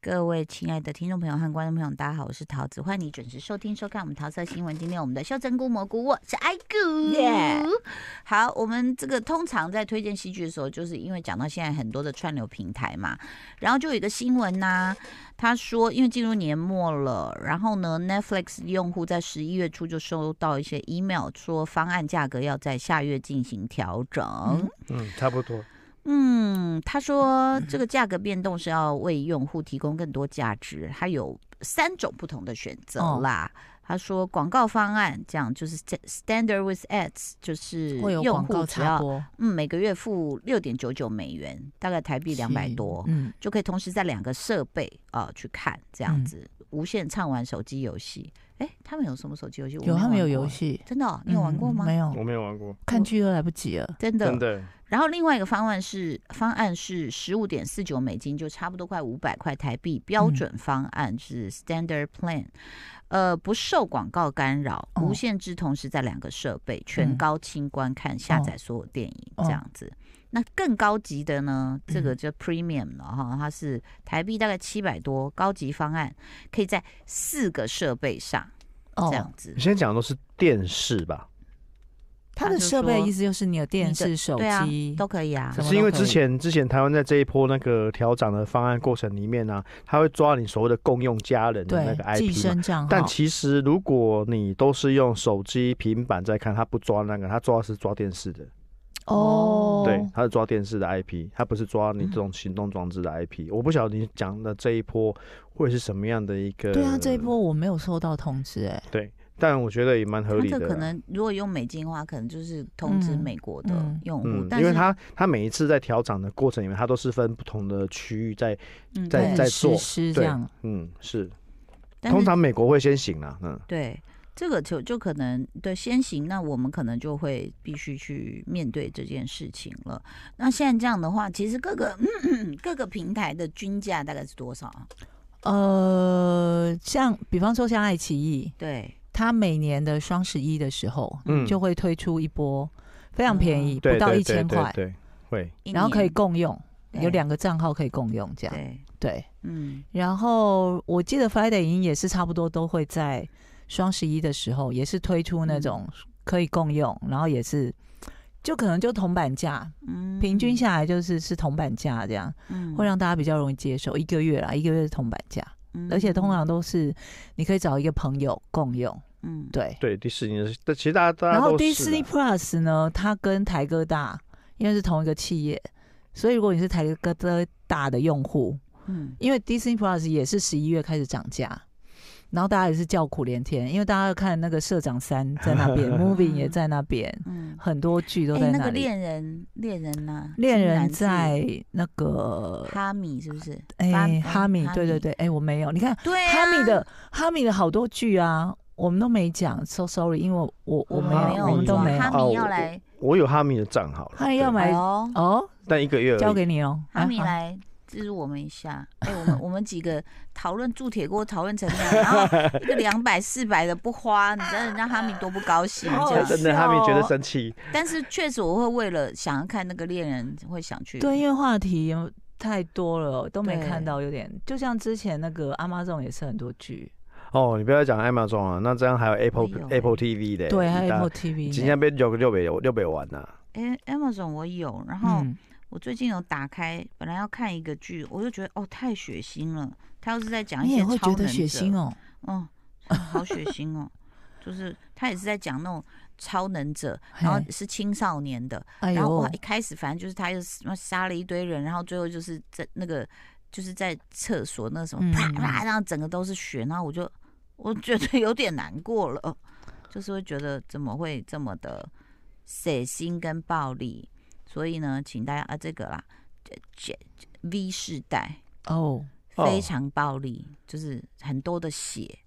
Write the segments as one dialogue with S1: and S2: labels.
S1: 各位亲爱的听众朋友和观众朋友，大家好，我是桃子，欢迎你准时收听收看我们桃色新闻。今天我们的秀珍菇蘑菇，我是爱菇。
S2: Yeah
S1: 好，我们这个通常在推荐戏剧的时候，就是因为讲到现在很多的串流平台嘛，然后就有一个新闻呐、他说因为进入年末了，然后呢，Netflix 用户在十一月初就收到一些 email 说方案价格要在下月进行调整。
S2: 嗯
S3: 嗯，差不多。
S1: 嗯，他说这个价格变动是要为用户提供更多价值，它有三种不同的选择
S2: 哦
S1: 啦。他说广告方案这样就是 sta- standard with ads，就是
S2: 会有
S1: 用
S2: 广告
S1: 户只
S2: 插
S1: 要
S2: 播，
S1: 嗯每个月付六点九九美元，大概台币两百
S2: 是
S1: 多，
S2: 嗯，
S1: 就可以同时在两个设备啊、呃去看这样
S2: 嗯
S1: 子，无限畅玩手机游戏。哎，他们有什么手机游戏？我
S2: 有
S1: 没
S2: 他们
S1: 玩
S2: 有
S1: 过
S2: 游，戏，
S1: 真的哦、你有玩过
S2: 嗯
S1: 吗？
S2: 没有，
S3: 我没有玩过，
S2: 看剧都来不及了。
S1: 真的
S3: 真的。
S1: 然后另外一个方案是方案是十五点四九美金，就差不多快五百块台币。标
S2: 嗯
S1: 准方案是 Standard Plan，、呃，不受广告干扰，
S2: 哦嗯
S1: 无限制同时在两个设备，全高清观看、下载所有电影、
S2: 哦
S1: 这样子。那更高级的呢，这个
S2: 嗯
S1: 就 Premium 了哈，它是台币大概七百多，高级方案可以在四个设备上
S2: 哦
S1: 这，样子
S3: 你。现在讲的都是电视吧？
S2: 它
S1: 他
S2: 的
S1: 就
S2: 设备
S1: 说
S2: 意思就是你有电
S1: 你
S2: 视、
S1: 的
S2: 手
S1: 对啊
S2: 机，
S1: 都可以啊
S2: 什
S3: 只
S2: 么，
S3: 是因为
S2: 都可以
S3: 之前之前台湾在这一波那个调整的方案过程里面呢、它会抓你所谓的共用家人的
S2: 对
S3: 那个
S2: 寄
S3: IP 嘛。
S2: 生账
S3: 但
S2: 号，
S3: 其实如果你都是用手机、平板在看，它不抓那个，它抓的是抓电视的，
S2: 哦，嗯
S3: 对，它是抓电视的 IP，它不是抓你这种行动装置的 IP。我不晓得你讲的这一波会是什么样的一个，
S2: 对啊，这一，波我没有收到通知，哎，
S3: 但我觉得也蛮合理
S1: 它
S3: 的
S1: 这
S3: 啦。
S1: 可能如果用美金的话，可能就是通知
S2: 嗯
S1: 美国的
S2: 嗯
S1: 用户，
S3: 嗯，
S1: 但
S3: 因
S1: 是
S3: 为它它每一次在调整的过程里面，它都是分不同的区域在，
S1: 嗯
S3: 在
S1: 对
S3: 在
S2: 实
S3: 做
S2: 施这
S3: 对
S2: 样，
S3: 嗯，是
S1: 但
S3: 通
S1: 是
S3: 常美国会先醒啦，嗯，
S1: 对这个就就可能对先行，那我们可能就会必须去面对这件事情了。那现在这样的话，其实各个 各个平台的均价大概是多少啊？
S2: 呃，像比方说像爱奇艺，
S1: 对，
S2: 它每年的双十一的时候，
S3: 嗯
S2: 就会推出一波非常便宜，
S3: 对
S2: 不到
S3: 对
S2: 一千
S3: 对
S2: 块，
S3: 对对，会，
S1: 一
S2: 然后可以
S1: 年
S2: 共用，
S1: 对
S2: 有两个账号可以共用这样，
S1: 对，
S2: 对。
S1: 嗯，
S2: 然后我记得 Friday 影也是差不多都会在双十一的时候，也是推出那种可以共用，然后也是就可能就铜板价，
S1: 嗯
S2: 平均下来就是是铜板价这样，
S1: 嗯
S2: 会让大家比较容易接受。一个月啦，一个月是铜板价，
S1: 嗯
S2: 而且通常都是你可以找一个朋友共用，
S1: 嗯嗯
S2: 对。
S3: 对迪士尼的是，但其实大家大家
S2: 然后
S3: 啊都
S2: Disney
S3: 是
S2: Plus 呢，它跟台哥大因为是同一个企业，所以如果你是台哥大的用户，
S1: 嗯
S2: 因为 Disney Plus 也是十一月开始涨价，然后大家也是叫苦连天，因为大家看那个社长三在那边，Moving 也在那边，
S1: 嗯，
S2: 很多剧都
S1: 哎、
S2: 在
S1: 那
S2: 那
S1: 个
S2: 里。
S1: 恋人恋人呐、
S2: 恋
S1: 金
S2: 人
S1: 南智
S2: 在那个
S1: 哈米是不是？巴
S2: 哎
S1: 嗯
S2: 哈米，
S1: 哈
S2: 对对
S1: 米
S2: 对，哎我没有，你看
S1: 对、啊，
S2: 哈米的哈米的好多剧啊，我们都没讲，so sorry，因为我我
S1: 我
S2: 我
S1: 们
S2: 们
S1: 没有，
S2: 我们都
S1: 说
S2: 没
S1: 哈
S2: 有
S3: 哦
S1: 米要
S3: 我
S1: 来，
S3: 我有哈密的账号了，
S2: 哈密要
S3: 对
S2: 买
S1: 哎呦，
S2: 哦，
S3: 但一个月而已
S2: 交给你哦，
S1: 哈米
S2: 啊啊
S1: 来资助我们一下。哎，我们我们几个讨论铸铁锅讨论成那样，然 后一个两百四百的不花，你知道人家哈米多不高兴这
S2: 好
S1: 样
S2: 笑。
S3: 哦真的哈密觉
S2: 哦
S3: 得生气，
S1: 但是确实我会为了想要看那个恋人，会想去。
S2: 对，因为话题太多了，都没
S1: 对
S2: 看到，有点就像之前那个阿妈这种也是很多剧，
S3: 哦，你不要讲 Amazon 啊，那这样还有 Apple
S1: 没有欸
S3: Apple TV 的，
S2: 哎对，还有
S3: 一大
S2: Apple TV，
S3: 今
S2: 呢
S3: 天被六个六百六百玩呐，
S1: 哎，Amazon 我有，然后
S2: 嗯，
S1: 我最近有打开，本来要看一个剧，我就觉得哦太血腥了。他要是在讲一
S2: 你
S1: 些
S2: 也会觉得血腥
S1: 哦，
S2: 哦，
S1: 嗯，好血腥哦，就是他也是在讲那种超能者，
S2: 嘿
S1: 然后是青少年的，
S2: 哎
S1: 然后
S2: 呦
S1: 哇，一，开始反正就是他又什么杀了一堆人，然后最后就是在那个就是在厕所那什么
S2: 嗯
S1: 啪啪，然后整个都是血，然后我就我觉得有点难过了，就是会觉得怎么会这么的血腥跟暴力，所以呢，请大家啊这个啦这这这，V 世代
S2: 哦，
S3: 哦
S1: 非常暴力，就是很多的血，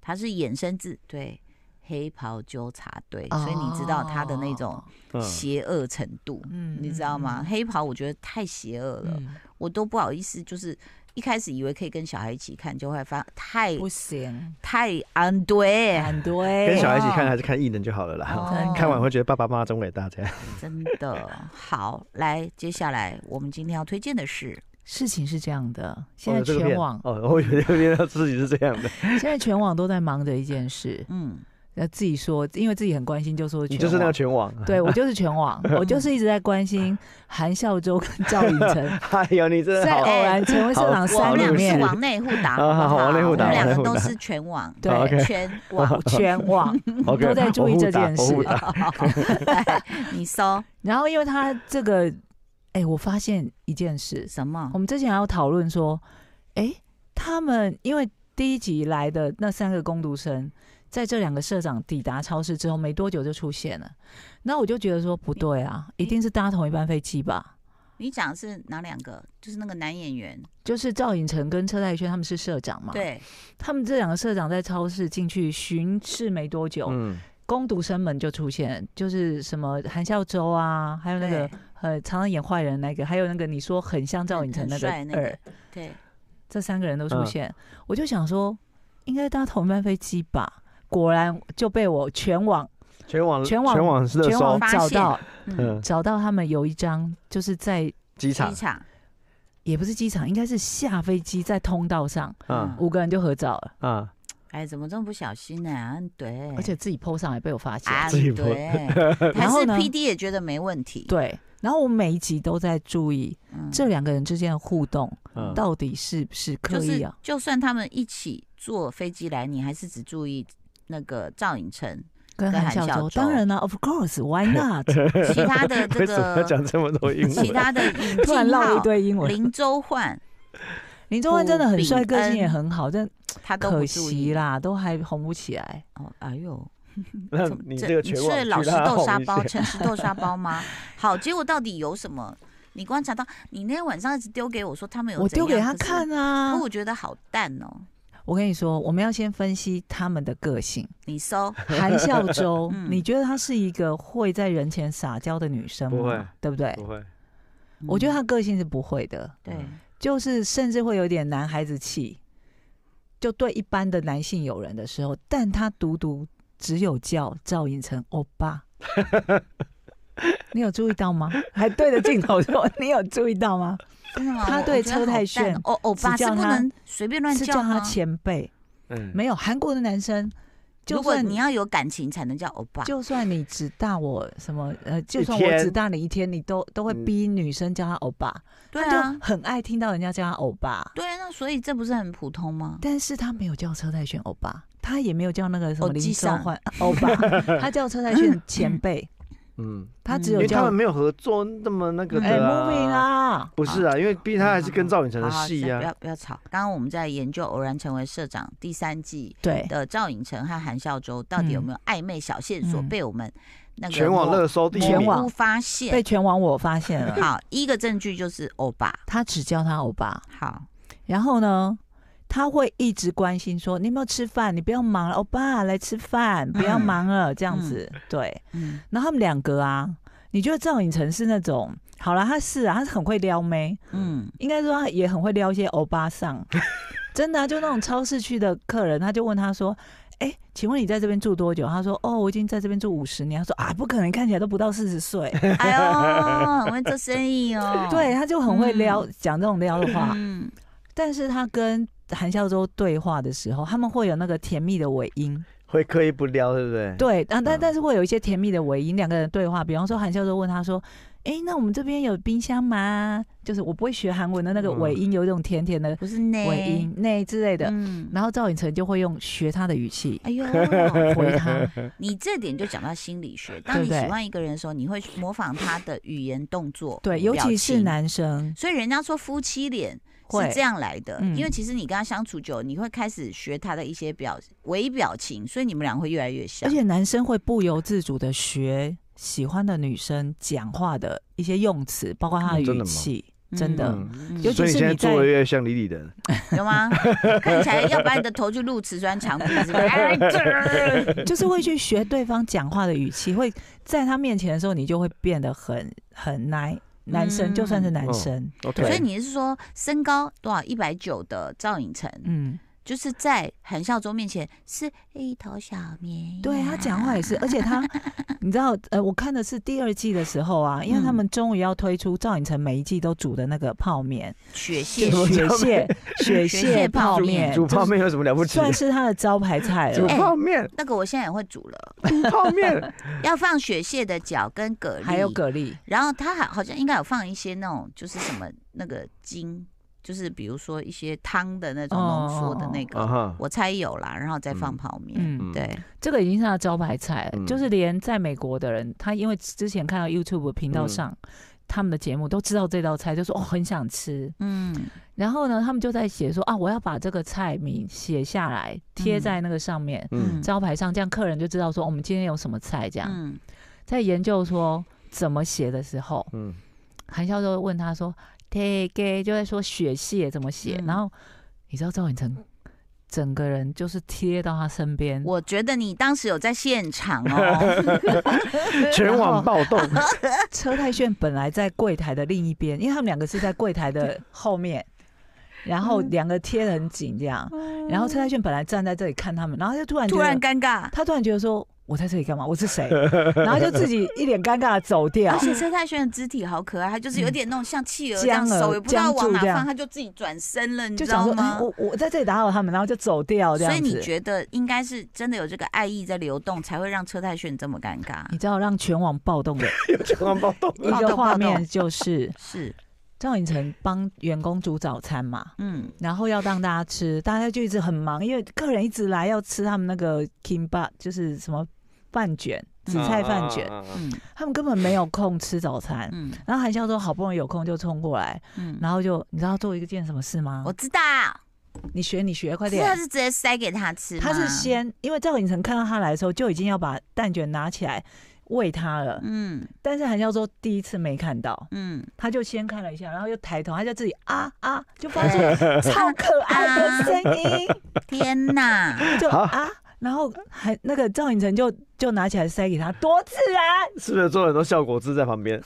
S1: 它是衍生自对。黑袍纠察队，所以你知道他的那种
S2: 哦，
S3: 嗯，
S1: 邪恶程度，
S2: 嗯
S1: 你知道吗？？黑袍我觉得太邪恶了，
S2: 嗯
S1: 我都不好意思，就是一开始以为可以跟小孩一起看，就会发太
S2: 嗯不行，
S1: 太安对，
S2: 很哎对，
S3: 跟小孩一起看
S1: 哦
S3: 还是看艺人就好了啦，
S2: 真的
S3: 看完会觉得爸爸妈妈真伟大这样。
S1: 真的好。来，接下来我们今天要推荐的是
S2: 事情是这样的，现
S3: 哦
S2: 在
S3: 有这个
S2: 全
S3: 片
S2: 网、
S3: 哦，我以为这 个片自己是这样的，
S2: 现在全网都在忙着一件事，
S1: 嗯，
S2: 那自己说，因为自己很关心，就说
S3: 你
S2: 全
S3: 就是那个
S2: 网
S3: 全网。
S2: 对我就是全网，我就是一直在关心韩孝周 跟赵寅成
S3: 哎呦，你真的
S2: 在
S3: 好
S2: 偶然成为社长
S1: 我
S2: 三
S1: 们
S2: 里
S1: 两个
S2: 面
S1: 是往内互打，
S3: 好好
S1: 不
S3: 往内互
S1: 我
S2: 打
S1: 们
S2: 往
S1: 两
S3: 内
S1: 个
S3: 互
S1: 都
S3: 打
S1: 是全网，
S2: 对。
S3: 好，OK
S1: 全网
S2: 全网，
S3: OK，
S2: 都在注意
S3: 我互
S2: 这
S3: 打
S2: 件
S3: 我互
S2: 事
S3: 打
S1: 来哎你搜
S2: 然后因为他这个，哎，我发现一件事，
S1: 什么
S2: 我？们之前还有讨论说，哎，他们因为第一集来的那三个工读生，在这两个社长抵达超市之后没多久就出现了，那我就觉得说不对啊，一定是搭同一班飞机吧？
S1: 你讲的是哪两个？就是那个男演员，
S2: 就是赵寅成跟车太铉他们是社长嘛？。
S1: 对，
S2: 他们这两个社长在超市进去巡视没多久，
S3: 嗯，
S2: 工读生们就出现，就是什么韩孝周啊，还有那个
S1: 对
S2: 呃常常演坏人那个，还有那个你说很像赵寅成那
S1: 很
S2: 个
S1: 帅
S2: 二、
S1: 那个，对，
S2: 这三个人都出
S3: 嗯
S2: 现，我就想说应该搭同一班飞机吧，果然就被我全网
S3: 全网
S2: 全网
S3: 全网热
S2: 全网
S3: 搜，
S1: 发
S2: 找
S1: 现
S2: 到
S1: 嗯，
S3: 嗯，
S2: 找到他们有一张就是在
S3: 机场
S1: 机，场，
S2: 也不是机场，应该是下飞机在通道上，
S3: 嗯
S2: 五个人就合照了，
S3: 啊，
S1: 哎，怎么这么不小心呢？啊对，
S2: 而且自己 PO 上来被我发现，
S1: 啊，
S3: 自己
S1: 对，
S3: 不
S1: 还
S2: 然后
S1: 是
S2: 呢
S1: P D 也觉得没问题，，
S2: 对。然后我每一集都在注意
S1: 嗯
S2: 这两个人之间的互动
S3: 嗯
S2: 到底是不是刻
S1: 就
S2: 意
S1: 是
S2: 啊？
S1: 就算他们一起坐飞机来，你还是只注意那个赵寅 成，
S2: 跟
S1: 跟
S2: 韩
S1: 韩
S2: 孝
S1: 孝
S2: 周，
S1: 周
S2: 当然了，Of course，Why not？
S1: 其他的这
S3: 为什么要
S1: 个
S3: 讲这么多英
S1: 其
S3: 文？
S1: 他的尹
S2: 啊 突然
S1: 静
S2: 唠了一
S1: 浩、
S2: 堆英文。
S1: 林周焕，
S2: 林中焕真的很帅，
S1: 顾炳
S2: 个性也
S1: 恩
S2: 很好，但
S1: 他都
S2: 可
S1: 不注意
S2: 惜。啦，都还红不起来。
S1: 哦，哎呦，
S3: 那
S2: 嗯
S1: 怎么
S3: 你这个
S1: 你
S3: 全
S1: 吃
S3: 网
S1: 了老
S3: 巨
S1: 实
S3: 大
S1: 豆
S3: 红
S1: 沙
S3: 一
S1: 包、
S3: 些
S1: 诚实豆沙包 吗？好，结果到底有什么？你观察到，你那天晚上一直丢给我说他们有
S2: 我
S1: 怎
S2: 丢给
S1: 样
S2: 他，看啊
S1: 可是可！我觉得好淡哦。
S2: 我跟你说，我们要先分析他们的个性。
S1: 你搜，，
S2: 韩孝周
S1: 嗯
S2: 你觉得她是一个会在人前撒娇的女生
S3: 不会
S2: 吗？对不对？
S3: 不会，
S2: 我觉得嗯
S1: 嗯
S2: 她个性是不会的，
S1: 对，
S2: 就是甚至会有点男孩子气，就对一般的男性友人的时候，但他独独只有叫赵寅成欧巴。 你有注意到吗？ 还对着镜头说：“ 你有注意到吗
S1: 真的吗？
S2: 他
S1: 我
S2: 对
S1: 我觉得
S2: 车
S1: 好
S2: 太
S1: 淡
S2: 炫
S1: 哦，哦欧
S2: 只
S1: 巴是
S2: 叫
S1: 不
S2: 他
S1: 能随便？”乱
S2: 是叫他
S1: 吗？
S2: 前辈，
S3: 嗯，
S2: 没有韩国的男生，就
S1: 如果
S2: 算
S1: 你要有感情才能叫欧巴，
S2: 就算你只大我什么呃，就
S3: 一
S2: 算我只
S3: 天
S2: 大你一天，你都都会
S3: 嗯
S2: 逼女生叫他欧巴，
S1: 对
S2: 就
S1: 啊，
S2: 很爱听到人家叫他欧巴。
S1: 对，啊那所以这不是很普通吗？
S2: 但是他没有叫车太炫欧巴，他也没有叫那个什
S1: 哦
S2: 么林
S1: 机
S2: 周
S1: 长
S2: 焕欧巴，他叫车太炫前辈，
S3: 嗯，
S2: 他只
S1: 嗯
S3: 因
S2: 有
S3: 为他
S2: 叫
S3: 们没有合作那么那个
S2: 哎
S3: 的
S2: moving
S3: 啊，
S2: 啦，啊
S3: 不是啊，因为毕竟他
S2: 嗯
S3: 还是跟赵寅成的
S1: 好好
S3: 戏啊
S1: 先
S3: 呀
S1: 不，要不要吵。刚刚我们在研究《偶然成为社长》第三季
S2: 对，
S1: 的赵寅成和韩孝周到底有没有暧昧小线索
S2: 嗯
S1: 被我们那个
S3: 全网
S1: 模
S3: 热搜第一
S2: 全
S3: 名，
S2: 网
S1: 糊发
S2: 被
S1: 现？
S2: 全网我发现了，
S1: 好，一个证据就是欧巴。
S2: 他只叫他欧巴，
S1: 好，
S2: 然后呢，他会一直关心说你有没有吃饭，你不要忙了，欧巴来吃饭，不要
S1: 嗯
S2: 忙了，这样
S1: 嗯
S2: 子，对，
S1: 嗯，
S2: 然后他们两个啊，你觉得赵寅成是那种好啦，他是啊，他是很会撩妹，
S1: 嗯，
S2: 应该说他也很会撩一些欧 巴桑，真的、啊，就那种超市区的客人，他就问他说：“哎、请问你在这边住多久？”他说：“哦，我已经在这边住五十年。”他说：“啊，不可能，看起来都不到四十岁。
S1: 哎呦，很会做生意哦”。
S2: 对，，他就很会撩，讲、这种撩的话。
S1: 嗯，
S2: 但是他跟韩孝周对话的时候，他们会有那个甜蜜的尾音，
S3: 会刻意不撩，对不对？
S2: 对，啊但但
S3: 嗯
S2: 但是会有一些甜蜜的尾音，两个人对话，比方说韩孝周问他说：“哎、那我们这边有冰箱吗？”就是我不会学韩文的那个
S3: 嗯
S2: 尾音，有一种甜甜的
S1: 不是呢，
S2: 尾音那之类的。
S1: 哎嗯，
S2: 然后赵寅成就会用学他的语 气
S1: 哎呦，
S2: 回他，
S1: 你这点就讲到心理学。当你
S2: 对不对
S1: 喜欢一个人的时候，你会模仿他的语言、动作，
S2: 对，尤
S1: 表
S2: 其是
S1: 情。
S2: 男生
S1: 所以人家说夫妻脸
S2: 会
S1: 是这样来的，
S2: 嗯
S1: 因为其实你跟他相处久，你会开始学他的一些表微表情，所以你们俩会越来越像。嗯
S2: 而且男生会不由自主的学喜欢的女生讲话的一些用词，包括他的
S3: 嗯真的
S2: 语
S3: 吗
S2: 气，真的
S1: 嗯嗯
S2: 尤其
S3: 所以你
S2: 是
S3: 现在
S2: 你在
S3: 做的越来越像李李人，
S1: 有吗？看起来要把你的头去录瓷砖墙壁是不是？哎这
S2: 就是会去学对方讲话的语气，会在他面前的时候，你就会变得很很奶。男生
S1: 嗯
S2: 就算是男
S3: 哦
S2: 生，
S3: OK，
S1: 所以你是说身高多少一百九的赵寅成，
S2: 嗯，
S1: 就是在韩孝周面前是一头小绵羊。
S2: 对啊他讲话也是，而且他，你知道，呃，我看的是第二季的时候啊，因为他们终于要推出赵寅成每一季都煮的那个泡面，
S1: 雪蟹
S2: 雪蟹雪
S1: 雪蟹
S2: 蟹泡
S1: 泡
S2: 面，
S1: 面
S3: 煮泡
S2: 就是
S3: 面有什么了不起？
S2: 算是他的招牌菜
S3: 煮
S2: 了。
S1: 哎
S3: 泡面，
S1: 那个我现在也会煮了，
S3: 煮泡面，
S1: 要放雪蟹的脚跟蛤蜊，
S2: 还有蛤蜊，
S1: 然后它还好像应该有放一些那种，就是什么那个精，就是比如说一些汤的那种浓缩的那个，
S3: 啊哈，
S1: 我猜有啦，然后再放
S3: 嗯
S1: 泡面。
S2: 哦嗯，
S1: 对，
S2: 这个已经是他的招牌菜了，
S3: 嗯
S2: 就是连在美国的人，他因为之前看到 YouTube 频道上、他们的节目，都知道这道菜，就说哦很想吃。
S1: 嗯，
S2: 然后呢，他们就在写说啊，我要把这个菜名写下来，贴在那个上面、
S3: 嗯
S1: 嗯
S2: 招牌上，这样客人就知道说哦我们今天有什么菜。这样、
S1: 嗯，
S2: 在研究说怎么写的时候，
S3: 嗯，
S2: 韩笑就问他说 t a 就在说雪蟹怎么写。
S1: 嗯
S2: 然后你知道赵寅成整个人就是贴到他身边，
S1: 我觉得你当时有在现场 哦，
S3: 全网暴动，
S2: 车太炫本来在柜台的另一边，因为他们两个是在柜台的后面，然后
S1: 嗯
S2: 两个贴得很紧这样。然后车太炫本来站在这里看他们，然后他就突然觉
S1: 哦突
S2: 得
S1: 然尴尬。
S2: 他突然觉得说我在这里干嘛？我 是谁？然后就自己一脸尴尬的走掉
S1: 而。且车太轩的肢体好可爱，他就是有点那种像企鹅
S2: 啊嗯
S1: 这样，
S2: 僵了
S1: 手也不知道往哪
S2: 僵住这样
S1: 放，他就自己转身了，你
S2: 就
S1: 知
S2: 想
S1: 道
S2: 说，
S1: 吗
S2: 哎，？我我在这里打扰他们，然后就走掉这
S1: 所
S2: 样
S1: 以
S2: 子。
S1: 你觉得应该是真的有这个爱意在流动，才会让车太炫这么尴尬
S2: 你。知道让全网 暴动的
S3: 全网暴动，
S2: 一
S1: 暴动
S2: 个画
S1: 暴
S2: 面
S1: 动
S2: 就是
S1: 是，
S2: 赵寅成帮员工煮早餐嘛，
S1: 嗯
S2: 然后要让大家吃，大家就一直很忙，因为客人一直来要吃他们那个 kimbap，就是什么饭卷、紫菜饭卷，
S3: 啊，啊啊啊
S1: 嗯
S2: 他们根本没有空吃早餐。
S1: 嗯
S2: 然后韩笑说好不容易有空就冲过来，
S1: 嗯，
S2: 然后就你知道做一件什么事吗
S1: 我？知道，
S2: 你学你学，快
S1: 是他
S2: 点！
S1: 是直接塞给他吃吗，
S2: 他是先，因为赵寅成看到他来的时候就已经要把蛋卷拿起来喂他了，
S1: 嗯
S2: 但是韩笑说第一次没看到，
S1: 嗯，
S2: 他就先看了一下，然后又抬头，他就自己啊啊，就发出 超可爱的声音。
S1: 天哪，
S2: 就
S3: 好
S2: 啊，然后还那个赵寅成就就拿起来塞给他，多自然。
S3: 是不是做了很多效果字在旁边？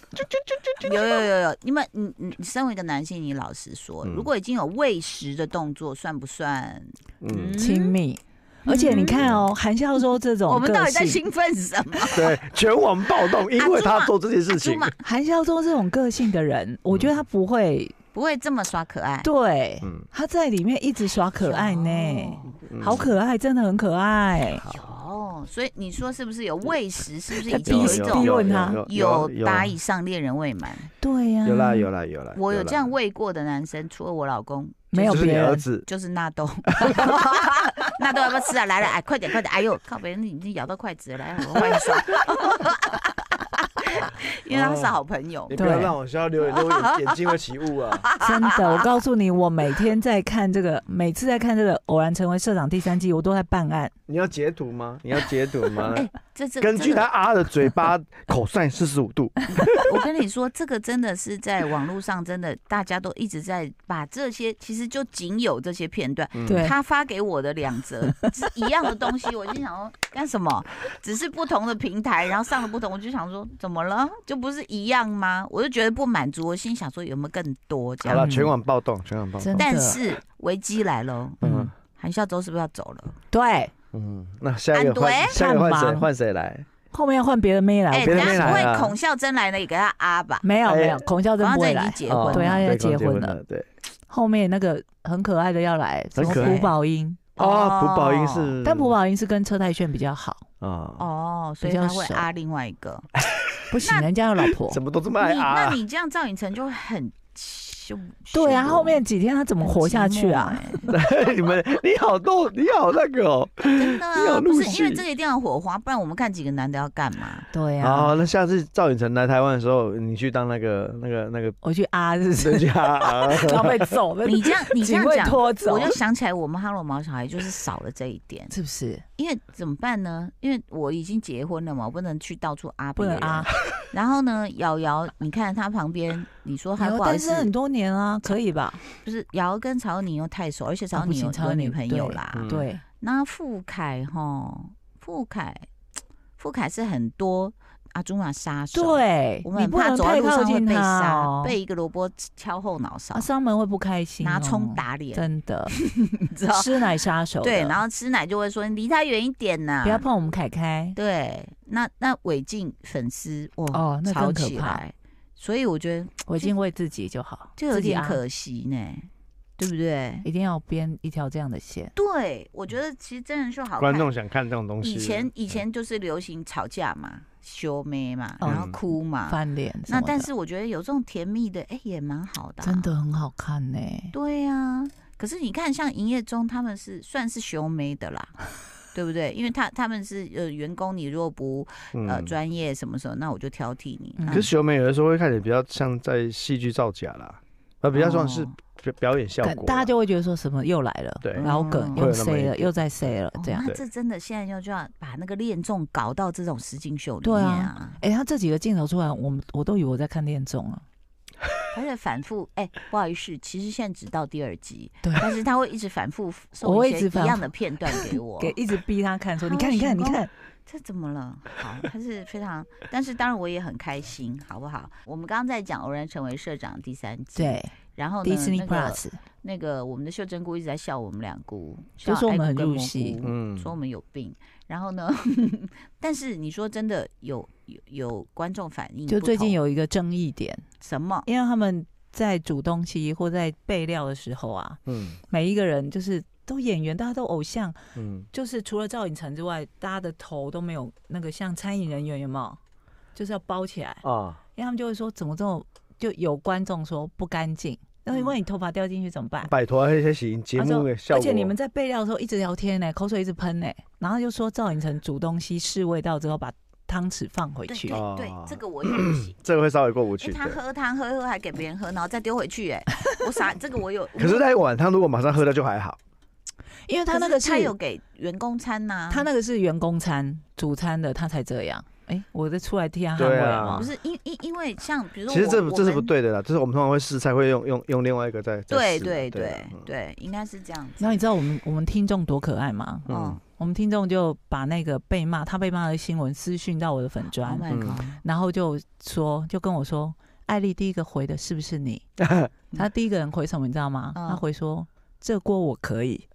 S1: 有有有有，你们你你你身为一个男性，你老实说，
S3: 嗯
S1: 如果已经有喂食的动作，算不算？
S3: 嗯，
S2: 亲密。而且你看哦，韩孝周这种
S1: 嗯我们到
S2: 个
S1: 底在
S2: 性，
S1: 兴奋什么？
S3: 对，全网暴动，因为
S2: 啊
S3: 他做这件事
S1: 猪
S3: 情，
S1: 嘛，
S2: 韩孝周这种个性的
S3: 嗯
S2: 人，我觉得他不会
S1: 不会这么耍可爱，
S2: 对，
S3: 嗯，
S2: 他在里面一直耍可爱呢，
S3: 嗯
S2: 好可爱，真的很可爱。
S1: 有，所以你说是不是有喂食？是不是
S2: 要
S1: 已经
S3: 有
S1: 有一
S3: 有
S1: 种
S2: 逼
S3: 有
S2: 问他
S1: 有
S3: 有
S1: 答以上恋人未满？
S2: 对呀，
S3: 有啦有啦有啦，
S1: 我有
S3: 啦
S1: 这样，喂过的男生，除了我老公，
S2: 没有
S3: 就是
S2: 别
S3: 你儿
S2: 人？
S3: 子，
S1: 就是纳豆， 纳豆要不要吃啊？来了，哎，快点，快点！哎呦，靠北，别人已经咬到筷子了，来，我换一双。 因为他是好朋友
S3: 你，不要
S2: 对
S3: 让我笑到流眼泪，我眼眼睛会起雾啊！
S2: 真的，我告诉你，我每天在看这个，每次在看这个《偶然成为社长》第三季，我都在办案。
S3: 你要截图吗？你要截图吗？
S1: 哎这这
S3: 根据他
S1: 他，
S3: 啊的嘴巴口算四十五度，
S1: 我跟你说，这个真的是在网络上，真的大家都一直在把这些，其实就仅有这些片段。
S3: 嗯
S2: 对
S1: 他发给我的两则是一样的东西，我就想说干什么？只是不同的平台，然后上了不同，我就想说怎么了？就不是一样吗？我就觉得不满足，我心想说有没有更多这
S3: 好
S1: 样？
S3: 了，
S2: 嗯
S3: 全网暴动，全网暴
S2: 真
S3: 动
S2: 的。
S1: 但是危机来了哦，
S2: 嗯
S3: 嗯，
S1: 韩孝周是不是要走了？
S2: 对，
S3: 嗯，那下一个
S1: 安哎
S3: 换
S1: 怼
S3: 下一个换
S2: 看
S3: 谁
S2: 吧
S3: 换谁来？
S2: 后面要换别的妹来，
S1: 哎、
S2: 我
S3: 别
S1: 等
S3: 人
S1: 下
S3: 没
S1: 不
S3: 来啊
S1: 会孔孝真来了也给他啊吧？
S2: 没有
S3: 哎
S2: 没有，孔孝真
S1: 孔孝
S2: 不会
S1: 真已
S2: 来
S1: 经。结婚
S3: 哦
S1: 了，
S2: 对啊他现在
S3: 刚
S2: 结婚了
S3: 了，对。
S2: 后面那个很可爱的要来，什
S3: 很
S2: 么
S3: 可爱
S2: 朴宝英，
S3: 哦，朴宝英
S1: 哦
S3: 是，
S2: 但朴宝英是跟车太炫比较好，
S3: 啊，
S1: 哦，所以
S2: 比较
S1: 他会
S2: 熟
S1: 啊另外一个。
S2: 不行，人家有老婆。
S3: 怎么都这么爱
S1: 你那
S3: 啊？
S1: 你这样赵寅成就会很羞。
S2: 对啊，
S1: 羞
S2: 后面几天他怎么活下去啊？？
S1: 很寂寞 哎
S3: 你们你好逗，你好那个哦。
S1: 真的
S3: 你
S1: 啊，
S3: 有
S1: 不
S3: 陆
S1: 是
S3: 续
S1: 因为这个一定要有火花，不然我们看几个男的要干 嘛？
S2: 对啊，
S3: 好，哦那下次赵寅成来台湾的时候，你去当那个那个 那个
S2: 我去啊，是不是？
S3: 人 家啊，
S2: 然后被揍，被
S1: 你这样你这
S2: 警
S1: 样
S2: 卫
S1: 讲，
S2: 拖走
S1: 我，就想起来我们哈罗毛小孩就是少了这一点，
S2: 是不是？
S1: 因为怎么办呢？因为我已经结婚了嘛，我不能去到处啊
S2: 不
S1: 别
S2: 能
S1: 人
S2: 啊，。
S1: 然后呢，瑶瑶，你看她旁边，你说她
S2: 有
S1: 不好意
S2: 单
S1: 思嗯
S2: 身，很多年啊，可以吧？
S1: 不是瑶瑶跟曹宁又太熟，而且曹
S2: 啊不
S1: 宁
S2: 行
S1: 有
S2: 曹
S1: 有女
S2: 宁
S1: 朋
S2: 对
S1: 友啦。
S3: 嗯
S2: 对，
S1: 那傅凯哈，傅凯，傅凯是很多阿朱玛杀手，，
S2: 对，
S1: 我们
S2: 你
S1: 很
S2: 不
S1: 怕
S2: 能
S1: 走在
S2: 太
S1: 路
S2: 靠
S1: 上会
S2: 近
S1: 被
S2: 他
S1: 杀，
S2: 哦。
S1: 被一个萝卜敲后脑勺，
S2: 啊，伤门会不开心哦，
S1: 拿葱打脸，
S2: 真的，
S1: 你知道？
S2: 师奶杀手的。
S1: 对，然后吃奶就会说你离他远一点呐、
S2: 不要碰我们凯凯。
S1: 对，那那违禁粉丝哇，
S2: 哦，那
S1: 吵
S2: 更可
S1: 起
S2: 怕。
S1: 来，所以我觉得
S2: 我已经为自己啊就好，
S1: 就有
S2: 自己
S1: 点
S2: 安
S1: 可惜呢，对不对？
S2: 一定要编一条这样的线。
S1: 对，我觉得其实真人秀好看
S3: 观。众想看这种东西。
S1: 以前以前就是流行吵架嘛，修眉嘛，
S2: 哦
S1: 然后哭嘛。
S2: 翻脸什
S1: 啊那
S2: 么的，
S1: 但是我觉得有这种甜蜜的，哎、也蛮好的、
S2: 真。的很好看呢、
S1: 对啊，可是你看，像营业中他们是算是修眉的啦。对不对？因为他他们是呃员工，你如果不呃
S3: 嗯，
S1: 专业什么时候，那我就挑剔你。
S2: 嗯
S1: 那
S3: 可是学妹有的时候会看起来比较像在戏剧造假啦，呃，比较像是
S1: 哦
S3: 表表演效
S2: 可
S3: 果啦。
S2: 大家就会觉得说什么又来了，
S3: 对
S2: 老梗
S1: 嗯
S2: 又
S3: 会有那么
S2: 塞
S3: 一
S2: 了，
S3: 点
S2: 又在塞了
S1: 哦
S2: 这样。
S1: 那
S3: 对
S1: 这真的现在要就要把那个恋综搞到这种实境秀里
S2: 对
S1: 面
S2: 啊
S1: 啊，
S2: 哎、他这几个镜头出来，我们我都以为我在看恋综啊。
S1: 而且反复哎、不好意思，其实现在只到第二集，
S2: 对
S1: 但是他会一直反复
S2: 我
S1: 送
S2: 会
S1: 一
S2: 一
S1: 些
S2: 直
S1: 一
S2: 反
S1: 样
S2: 复
S1: 的片段给 我，
S2: 给一直逼他看，说
S1: 他
S2: 你看，
S1: 会
S2: 你看，
S1: 成
S2: 你
S1: 功
S2: 看，
S1: 这怎么了？好，他是非常，但是当然我也很开心，好不好？我们刚刚在讲《偶然成为社长》第三季，，
S2: 对
S1: 然后呢，
S2: ，Disney
S1: 哦那个
S2: Plus，
S1: 那个我们的秀珍菇一直在笑我们两姑，
S2: 就
S1: 笑
S2: 说我
S1: 爱
S2: 们
S1: 菇
S2: 很
S1: 跟
S2: 入
S1: 蘑
S2: 戏
S1: 菇
S3: 嗯
S1: 说我们有病。然后呢， 但是你说真的有有有观众反映不
S2: 就
S1: 同，
S2: 最近有一个争议点，
S1: 什么？
S2: 因为他们在煮东西或在备料的时候啊，
S3: 嗯
S2: 每一个人就是都演员，大家都偶像，
S3: 嗯，
S2: 就是除了赵寅成之外，大家的头都没有那个像餐饮人员有没有？就是要包
S1: 嗯
S2: 起来，
S3: 啊，
S2: 因为他们就会说怎么这么就有观众说不干净，那
S1: 嗯
S2: 问你头发掉进去怎么办？
S3: 摆脱那些型节目的效
S2: 而
S3: 果。
S2: 且你们在备料的时候一直聊天呢、口水一直喷呢、然后就说赵寅成煮东西试味道之后把汤匙放回
S1: 对
S2: 去，
S1: 对对，
S3: 哦
S1: 这个我也不 行。
S3: 这个会稍微过不
S1: 因为
S3: 去。
S1: 他
S3: 对
S1: 喝汤喝一喝还给别人喝，然后再丢回去、 哎，我傻，这个我有。
S3: 可是那一碗汤如果马上喝掉就还好。
S2: 因为
S1: 可
S2: 他那
S1: 是
S2: 个
S1: 他
S2: 是
S1: 有给员工餐呐、
S2: 他那个是员工餐主餐的，他才这样。哎、我在出来替他捍卫
S3: 对啊
S2: 嘛
S1: 不是因因因为像比如说
S3: 其实
S1: 我
S3: 这
S1: 我
S3: 这是
S1: 们
S3: 不对的啦，就是我们通常会试菜，会用用用另外一个再再
S1: 对
S3: 试啊
S1: 对
S3: 对
S1: 对
S3: 啊嗯
S1: 对，应该是这样子。
S2: 然后你知道我们我们听众多可爱吗？
S1: 嗯
S3: 嗯，
S2: 我们听众就把那个被骂他被骂的新闻私讯到我的粉砖
S1: Oh my
S3: 嗯
S1: god！
S2: 然后就说就跟我说，艾丽第一个回的是不是 你？他第一个人回什么你知道吗？
S1: 嗯
S2: 他回说这锅我可 以。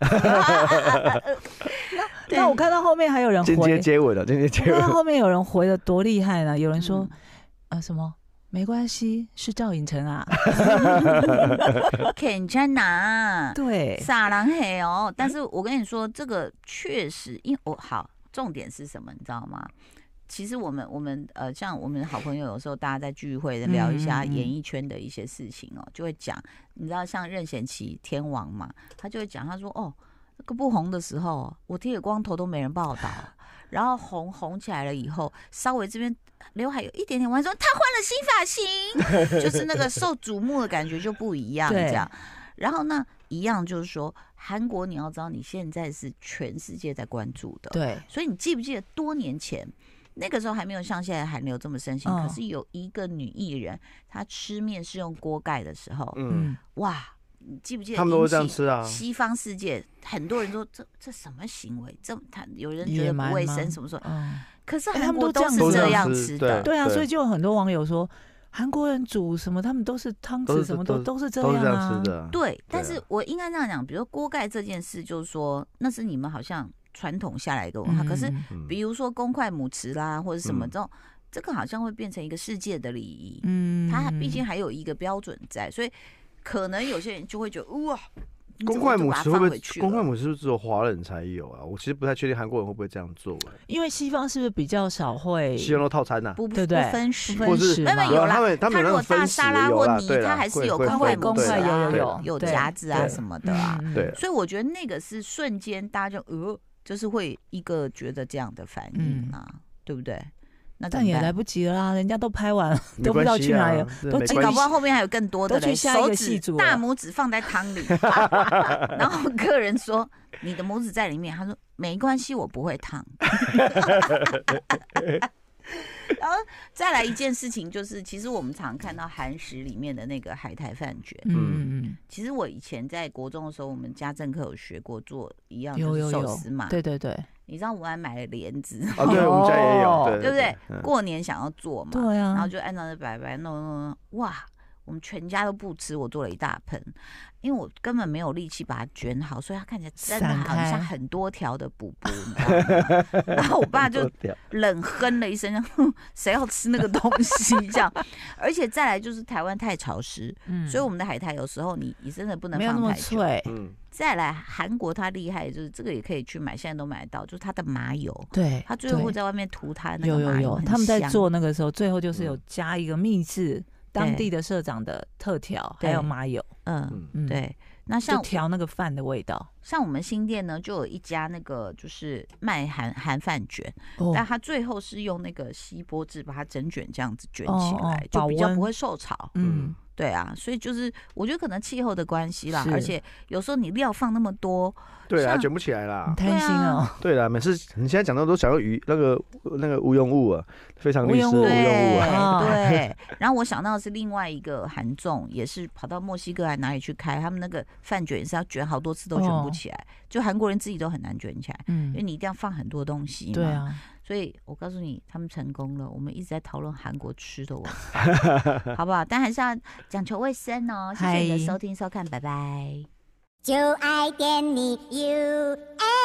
S1: 对
S2: 那我看到后面还有人回，
S3: 间接
S2: 我
S3: 接吻了，间接接
S2: 看
S3: 吻
S2: 到。后面有人回的多厉害呢？有人说
S1: 嗯
S2: 啊什么没关系，是赵寅成啊，
S1: 肯加拿
S2: 对，嗯
S1: 傻狼黑哦。但是我跟你说，这个确实，因为我好，重点是什么，你知道吗？其实我们我们呃，像我们好朋友，有时候大家在聚会的聊一下
S2: 嗯嗯嗯
S1: 演艺圈的一些事情哦，就会讲，你知道像任贤齐天王嘛，他就会讲，他说哦，那个不红的时候，我剃了光头都没人报 道，然后红红起来了以后，稍微这边刘海有一点点弯，说他换了新发 型，就是那个受瞩目的感觉就不一样，
S2: 对
S1: 这样。然后呢，一样就是说，韩国你要知道，你现在是全世界在关注的，
S2: 对，
S1: 所以你记不记得多年前，那个时候还没有像现在韩流这么盛行，
S2: 嗯
S1: 可是有一个女艺人，她吃面是用锅盖的时候，
S3: 嗯，
S2: 嗯，
S1: 哇，你记不记得？
S3: 他们都会这样。吃啊。
S1: 西方世界很多人说这这什么行为？这他有人觉
S2: 野
S1: 得
S2: 蛮
S1: 不卫
S2: 吗
S1: 生什么说？
S2: 嗯，
S1: 可是
S2: 哎
S1: 韩
S2: 他们
S1: 国
S2: 都这
S1: 是
S2: 样子
S1: 这样
S2: 啊
S3: 都这样
S1: 吃
S3: 吃
S1: 的，
S2: 对啊，
S3: 对
S2: 所以就有很多网友说韩国人煮什么，他们都是汤
S3: 都
S2: 匙
S3: 是
S2: 什么都都是这
S3: 都是这
S2: 样啊
S3: 样吃，的。
S1: 对，但是
S3: 啊
S1: 我应该这样讲，比如说锅盖这件事，就是说那是你们好像传统下来一个文化，可是
S2: 嗯
S3: 嗯
S1: 比如说公筷母匙啦，或者什么
S3: 嗯
S1: 这种，这个好像会变成一个世界的礼仪，
S2: 嗯
S1: 它毕竟还有一个标准在，所以可能有些人就会觉得哇，你怎
S3: 公
S1: 么
S3: 筷
S1: 就
S3: 母
S1: 把它
S3: 匙会不
S1: 放回去
S3: 会？公筷
S1: 了
S3: 母匙是不是只有华人才有啊？我其实不太确定韩国人会不会这样做、欸。
S2: 因为西方是不是比较少会
S3: 西洋肉套餐呐、
S1: 不不
S2: 对不对
S1: 分食
S2: 不
S3: 或
S2: 分
S3: 是
S2: 食
S1: 没有
S2: 嘛
S1: 没有
S3: 啊
S1: 啦
S3: 他们他们
S1: 它
S3: 有
S1: 如果
S3: 那种
S1: 大
S3: 分食
S1: 沙拉
S3: 有啦
S1: 或泥
S3: 对啦啊
S1: 它还是
S3: 会
S1: 有
S3: 会
S1: 公
S2: 会
S1: 筷母
S2: 公
S1: 匙
S2: 筷
S1: 啊
S2: 有有有
S1: 有
S2: 对
S1: 夹子啊
S2: 对
S1: 什么的啊，
S2: 嗯嗯
S3: 对
S1: 所以我觉得那个是瞬间大家就呃，就是会一个觉得这样的反应啊，对不对？那怎
S2: 嗯但
S1: 么
S2: 也
S1: 办
S2: 来不及了啊，人家都拍完了，
S3: 没
S2: 都不知道
S3: 关系
S2: 去哪里
S3: 啊这
S2: 都
S3: 没
S2: 进
S1: 哎搞
S3: 关
S1: 不
S3: 系
S1: 好后面还有更多的
S2: 都
S1: 嘞，
S2: 去下一
S1: 手
S2: 个
S1: 指
S2: 戏组
S1: 大
S2: 了
S1: 拇指放在汤 里，然后客人说你的拇指在里面，他说没关系，我不会烫。 然后再来一件事情，就是其实我们常看到韩食里面的那个海苔饭卷。
S2: 嗯嗯
S1: 其实我以前在国中的时候，我们家政课有学过做一样
S2: 嗯，有
S1: 就
S2: 有
S1: 是寿
S2: 有
S1: 司嘛。，
S2: 对对对
S1: 你知道我还买了莲子，
S3: 啊，对，我们家也有，
S2: 哦
S3: 对
S1: 对不对
S3: 对？嗯
S1: 过年想要做嘛，
S2: 对啊，
S1: 然后就按照这摆摆弄弄弄，哇！我们全家都不吃，我做了一大盆，因为我根本没有力气把它卷好，所以它看起来真的
S2: 散
S1: 好
S2: 开
S1: 像很多条的补补，你知道吗？ 然后我爸就
S3: 很多条
S1: 冷哼了一声，哼 谁要吃那个东西？这样，而且再来就是台湾太潮湿，
S2: 嗯
S1: 所以我们的海苔有时候你你真的不能
S2: 没有那
S1: 放
S2: 么
S1: 太久。
S2: 脆，
S3: 嗯，
S1: 再来韩国它厉害，就是这个也可以去买，现在都买得到，就是它的麻油，
S2: 对，
S1: 它最后
S2: 对
S1: 会在外面涂它那个
S2: 有
S1: 麻
S2: 有有，
S1: 很
S2: 他们在
S1: 香
S2: 做那个时候，最后就是有
S3: 嗯
S2: 加一个秘制当
S1: 对
S2: 地的社长的特调，还
S1: 对
S2: 有麻油，
S1: 嗯，
S3: 嗯
S2: 嗯，，
S1: 对。那
S2: 就
S1: 像
S2: 调那个饭的味道。
S1: 像我们新店呢，就有一家那个就是卖韩韩饭卷，
S2: 哦
S1: 但它最后是用那个锡箔纸把它整卷这样子卷起
S2: 哦哦
S1: 来，
S2: 保
S1: 就比较
S2: 温
S1: 不会受潮。
S2: 嗯，
S1: 对啊，所以就是我觉得可能气候的关系啦，
S2: 是
S1: 而且有时候你料放那么多，
S3: 对啊，
S1: 像
S3: 卷不起来啦
S2: 很。贪心哦，
S3: 对啦，每次你现在讲到都想到鱼那个那个无用物啊，非常律师
S2: 无
S3: 无
S2: 用物
S3: 用物啊。
S2: 啊
S1: 对。然后我想到的是另外一个韩综，也是跑到墨西哥还哪里去开，他们那个饭卷也是要卷好多次都卷不
S2: 哦
S1: 起来，就韩国人自己都很难卷起来，因为
S2: 嗯，
S1: 你一定要放很多东西嘛。
S2: 对啊，
S1: 所以我告诉你，他们成功了。我们一直在讨论韩国吃的文化，好不好？但还是要讲求卫生哦。谢谢你的
S2: 嗨
S1: 收听收看，拜拜。
S4: 就爱点你 UFO。